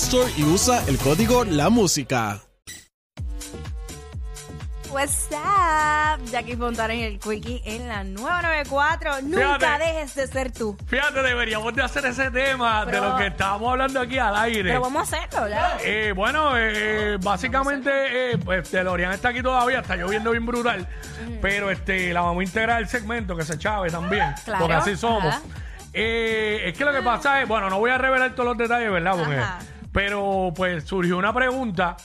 Store y usa el código La Música. What's up? Jackie Fontana en el Quickie en la 994. Nunca Fíjate. dejes de ser tú. Fíjate, deberíamos de hacer ese tema Pero- de lo que estábamos hablando aquí al aire. Pero vamos a hacerlo, ya. Eh, bueno, eh, básicamente, eh, pues Delorian está aquí todavía, está lloviendo bien brutal, pero este, la vamos a integrar el segmento que se chave también, Claro, porque así somos. ajá. Eh, es que lo que pasa es, bueno, no voy a revelar todos los detalles, ¿verdad? Porque- Ajá. pero pues surgió una pregunta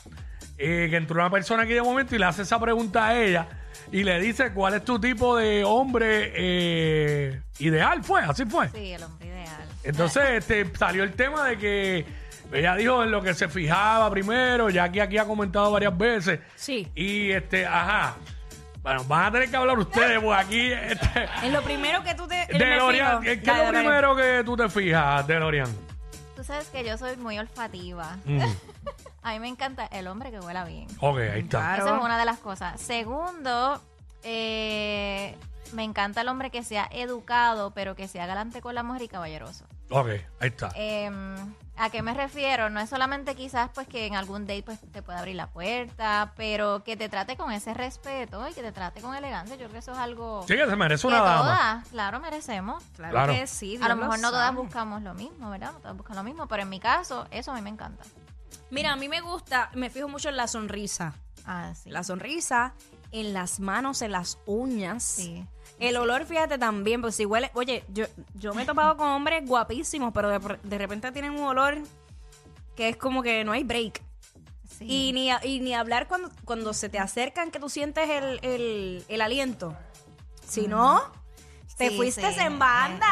eh, que entró una persona aquí de momento y le hace esa pregunta a ella y le dice cuál es tu tipo de hombre eh, ideal, fue, así fue. Sí, el hombre ideal. Entonces este, salió el tema de que ella dijo en lo que se fijaba primero, ya que aquí ha comentado varias veces. Sí. Y este, ajá. Bueno, van a tener que hablar ustedes, pues aquí. Este, En lo primero que tú te. DeLorean, ¿qué es lo primero que tú te fijas, DeLorean? Tú sabes que yo soy muy olfativa. Mm, A mí me encanta el hombre que huela bien. ok, ahí está. Esa es una de las cosas. Segundo, eh, me encanta el hombre que sea educado, pero que sea galante con la mujer y caballeroso. Ok, ahí está. Eh, ¿A qué me refiero? No es solamente quizás pues que en algún date pues, te pueda abrir la puerta, pero que te trate con ese respeto y que te trate con elegancia. Yo creo que eso es algo Sí, que se merece que una dama. todas, claro, merecemos. Claro, Claro. que sí. A Dios lo mejor no todas sabe. buscamos lo mismo, ¿verdad? No todas buscan lo mismo, pero en mi caso, eso a mí me encanta. Mira, a mí me gusta, me fijo mucho en la sonrisa. Ah, sí. La sonrisa, en las manos, en las uñas. Sí. El olor, fíjate también, porque si huele. Oye, yo, yo me he topado con hombres guapísimos, pero de, de repente tienen un olor que es como que no hay break. Sí. Y ni, a- y ni hablar cuando, cuando se te acercan que tú sientes el, el- el aliento. Si no, te Sí, fuiste sí. en banda,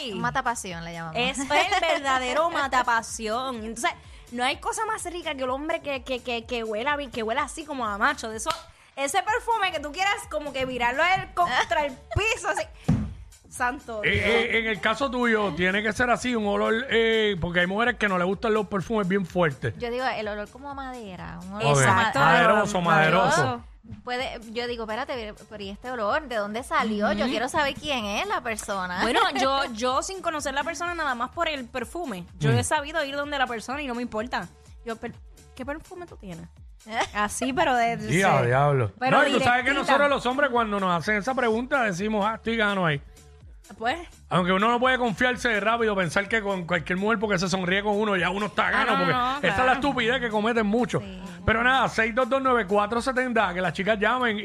Un bye. mata pasión le llamamos. Es el verdadero matapasión. Entonces, no hay cosa más rica que el hombre que, que, que, que huela bien, que huela así como a macho. De eso, ese perfume que tú quieras como que virarlo a él Ah. contra el piso, así. Santo Eh, Dios. eh, en el caso tuyo, tiene que ser así, un olor, eh, porque hay mujeres que no les gustan los perfumes bien fuertes. Yo digo, el olor como a madera. Un olor Ok, como a- Exacto. Maderoso, maderoso. Puede, yo digo, espérate, pero ¿y este olor? ¿De dónde salió? Yo quiero saber quién es la persona. Bueno, yo, yo sin conocer la persona nada más por el perfume. Mm. Yo he sabido ir donde la persona y no me importa. Yo, "Per- ¿qué perfume tú tienes? Así, pero de... de- Diablo, sí. diablo. Pero no, y tú sabes que directita. nosotros los hombres cuando nos hacen esa pregunta decimos, ah, estoy gano ahí. Pues, Aunque uno no puede confiarse de rápido, pensar que con cualquier mujer porque se sonríe con uno ya uno está Ah, gano, no, porque no, esta es claro. la estupidez que cometen muchos. Pero nada, 6229470, que las chicas llamen y,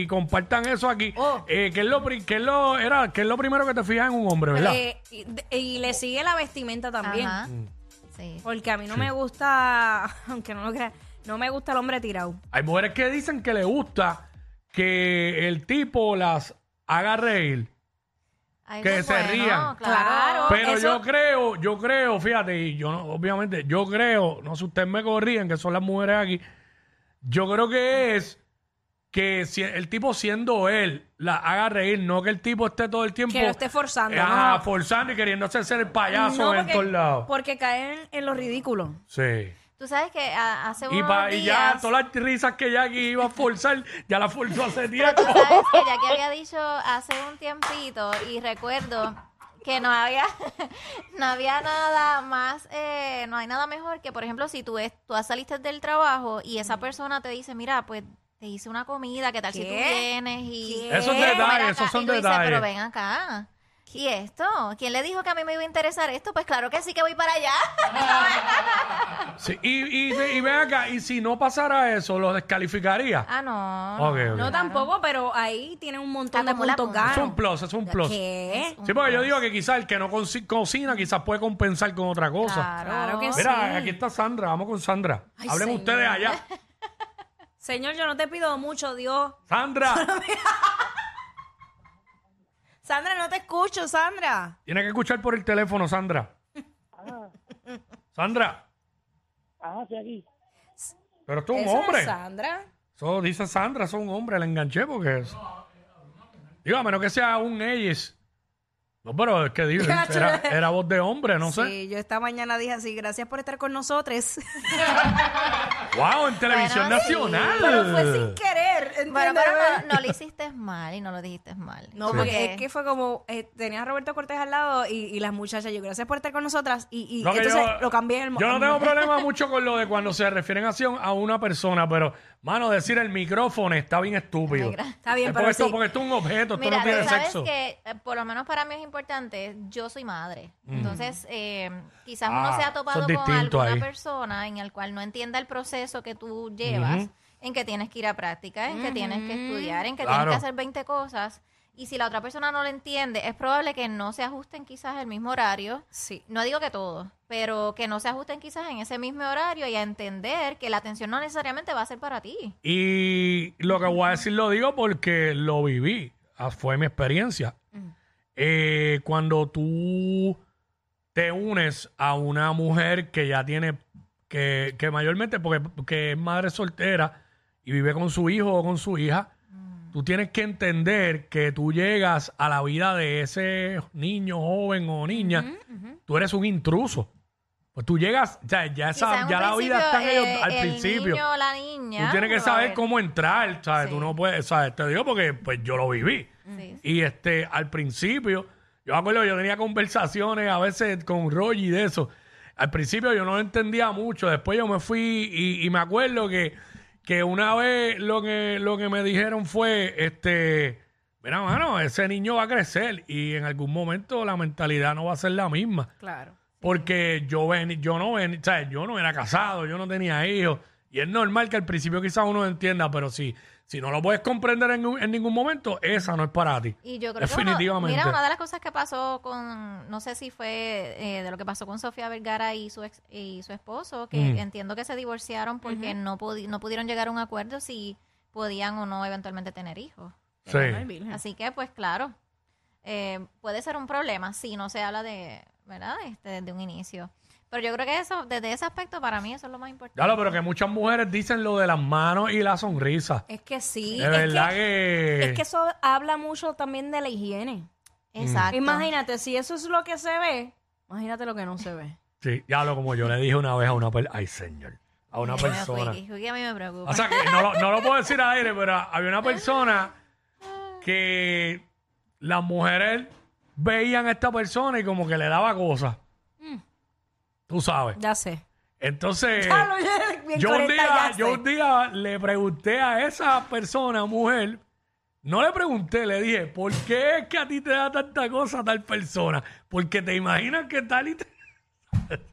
y compartan eso aquí. Oh. Eh, que es lo, pri- que es lo, era, que es lo primero que te fijas en un hombre, ¿verdad? eh, y, de- y le sigue la vestimenta también. Ajá. Sí. Mm. Porque a mí no me gusta, aunque no lo crea, no me gusta el hombre tirado. Hay mujeres que dicen que le gusta que el tipo las haga reír. Ay, Que pues se rían. Claro. Claro. Pero eso- yo creo, yo creo, fíjate, y yo no, obviamente, yo creo, no sé, ustedes me corrían, que son las mujeres aquí. Yo creo que es que si el tipo siendo él la haga reír, no que el tipo esté todo el tiempo. Que lo esté forzando, eh, ajá, no. forzando y queriéndose ser el No, payaso en todos lados. porque caen en lo ridículo. Sí. Tú sabes que a- hace Y, unos pa- y ya días- todas las risas que Jackie iba a forzar, ya las forzó hace tiempo. sabes que ya que había dicho hace un tiempito y recuerdo que no había no había nada más eh, no hay nada mejor que por ejemplo si tú es tú saliste del trabajo y esa persona te dice mira pues te hice una comida qué tal si tú ¿Qué? vienes y ¿Qué? Esos y ven detalles, acá", esos son y tú dices, detalles. pero ven acá ¿Y esto? ¿Quién le dijo que a mí me iba a interesar esto? Pues claro que sí que voy para allá. Sí, y, y, y ven acá, y si no pasara eso, ¿lo descalificaría? ah, no. Ok, ok. No tampoco, pero ahí tienen un montón de Acumula puntos puntos. Es un ganos. plus, es un plus. ¿Qué? Sí, porque yo digo que quizás el que no consi- cocina, quizás puede compensar con otra cosa. Claro. Claro que Mira, sí. aquí está Sandra, vamos con Sandra. Ay, Hablen señor. ustedes allá. Señor, yo no te pido mucho, Dios. Sandra, Sandra, no te escucho, Sandra. tiene que escuchar por el teléfono, Sandra. Ah. Sandra, Ajá, Ah, sí, aquí. pero tú un ¿Esa es hombre. Sandra. Eso dice Sandra, eso es un hombre, la enganché porque es. Digo, a menos que sea un ellis. No, pero es que digo, Ya, era, chula. era voz de hombre, no sé. Sí, yo esta mañana dije así, gracias por estar con nosotros. ¡Wow! En televisión Bueno, sí, nacional. Pero fue Ah. sin querer, ¿entiendes? Bueno, pero no, no lo hiciste mal y no lo dijiste mal. No, porque es que fue como, eh, tenía a Roberto Cortés al lado y, y las muchachas, yo gracias por estar con nosotras y, y No, que entonces yo- lo cambié en el mo- Yo no tengo problema mucho con lo de cuando se refieren así a una persona, pero, mano, decir el micrófono está bien estúpido. Ay, gracias. Está bien, Es pero porque, esto, sí. porque esto es un objeto, esto Mira, no tú tiene sabes sexo. que, eh, por lo menos para mí es importante, yo soy madre. Entonces, eh, quizás Ah, uno se eso ha es topado con distinto alguna ahí. persona en el cual no entienda el proceso que tú llevas, en que tienes que ir a práctica, en que tienes que estudiar, en que Claro. tienes que hacer 20 cosas. Y si la otra persona no lo entiende, es probable que no se ajusten quizás el mismo horario. Sí. No digo que todos, pero que no se ajusten quizás en ese mismo horario y a entender que la atención no necesariamente va a ser para ti. Y lo que voy a decir lo digo porque lo viví. Ah, Fue mi experiencia. Eh, cuando tú te unes a una mujer que ya tiene, que, que mayormente porque, porque es madre soltera y vive con su hijo o con su hija, Mm. tú tienes que entender que tú llegas a la vida de ese niño, joven o niña, tú eres un intruso. Pues tú llegas, o sea, ya, esa- Quizás en un ya la vida está en ellos eh, al el principio. niño o la niña. Tú tienes que lo va a saber ver. cómo entrar, ¿sabes? Tú no puedes, ¿sabes? Te digo porque pues yo lo viví. Sí, Y este, al principio, yo me acuerdo, yo tenía conversaciones a veces con Roger y de eso. Al principio yo no entendía mucho, después yo me fui y, y me acuerdo que, que una vez lo que, lo que me dijeron fue, este, mira, mano, ese niño va a crecer y en algún momento la mentalidad no va a ser la misma. Claro. Porque yo ven, yo no ven, o sea, yo no era casado, yo no tenía hijos. Y es normal que al principio quizás uno entienda, pero si, si no lo puedes comprender en, un- en ningún momento, esa no es para ti. Y yo creo que uno- Definitivamente. mira, una de las cosas que pasó con, no sé si fue eh, de lo que pasó con Sofía Vergara y su ex- y su esposo, que Mm. entiendo que se divorciaron porque no pudi- no pudieron llegar a un acuerdo si podían o no eventualmente tener hijos. Sí. Así que, pues claro, eh, puede ser un problema si no se habla de, ¿verdad? Este, desde un inicio. Pero yo creo que eso, desde ese aspecto, para mí eso es lo más importante. Ya lo, pero que muchas mujeres dicen lo de las manos y la sonrisa. Es que sí. de es verdad que, que, Es que eso habla mucho también de la higiene. Exacto. Imagínate, si eso es lo que se ve, imagínate lo que no se ve. Sí, ya lo como yo le dije una vez a una persona. Ay, señor. A una Dios mío, persona. Quickie, Quickie, a mí me preocupa. O sea, que no, lo- no lo puedo decir al aire, pero había una persona que las mujeres veían a esta persona y como que le daba cosas. Tú sabes. Ya sé. Entonces, Ah, lo- bien yo un, correcta, día, ya yo sé. un día le pregunté a esa persona, mujer, no le pregunté, le dije, ¿por qué es que a ti te da tanta cosa tal persona? Porque te imaginas que tal y te...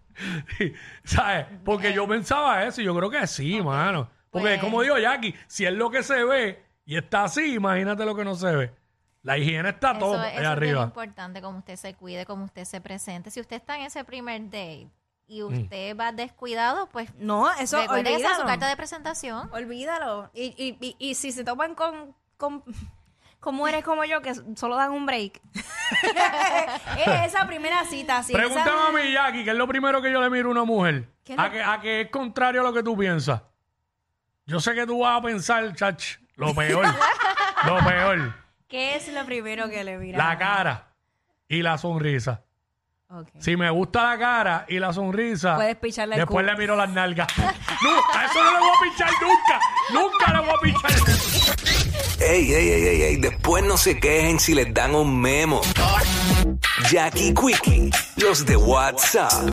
Sí, ¿Sabes? Porque yo pensaba eso y yo creo que sí, mano. Porque Pues- como digo Jackie, si es lo que se ve y está así, imagínate lo que no se ve. La higiene está todo Eso, ahí es- eso es bien arriba. importante, como usted se cuide, como usted se presente. Si usted está en ese primer date y Mm. usted va descuidado, pues No, eso recuerde que esa es su olvídalo. carta de presentación. Olvídalo. Y, y, y, y si se topan con, con, con mujeres como yo que solo dan un break. es esa primera cita. Si Pregúntame esa- a mi Jackie, ¿qué es lo primero que yo le miro a una mujer? ¿Qué A le- que, a que es contrario a lo que tú piensas. Yo sé que tú vas a pensar, chach, lo peor. lo peor. ¿Qué es lo primero que le miran? La cara y la sonrisa. Ok. Si me gusta la cara y la sonrisa, Puedes picharle el después culo. le miro las nalgas. nunca, eso no le voy a pinchar nunca. Nunca le voy a pinchar. Ey, ey, ey, ey, ey, después no se quejen si les dan un memo. Jackie Quickie, los de WhatsApp.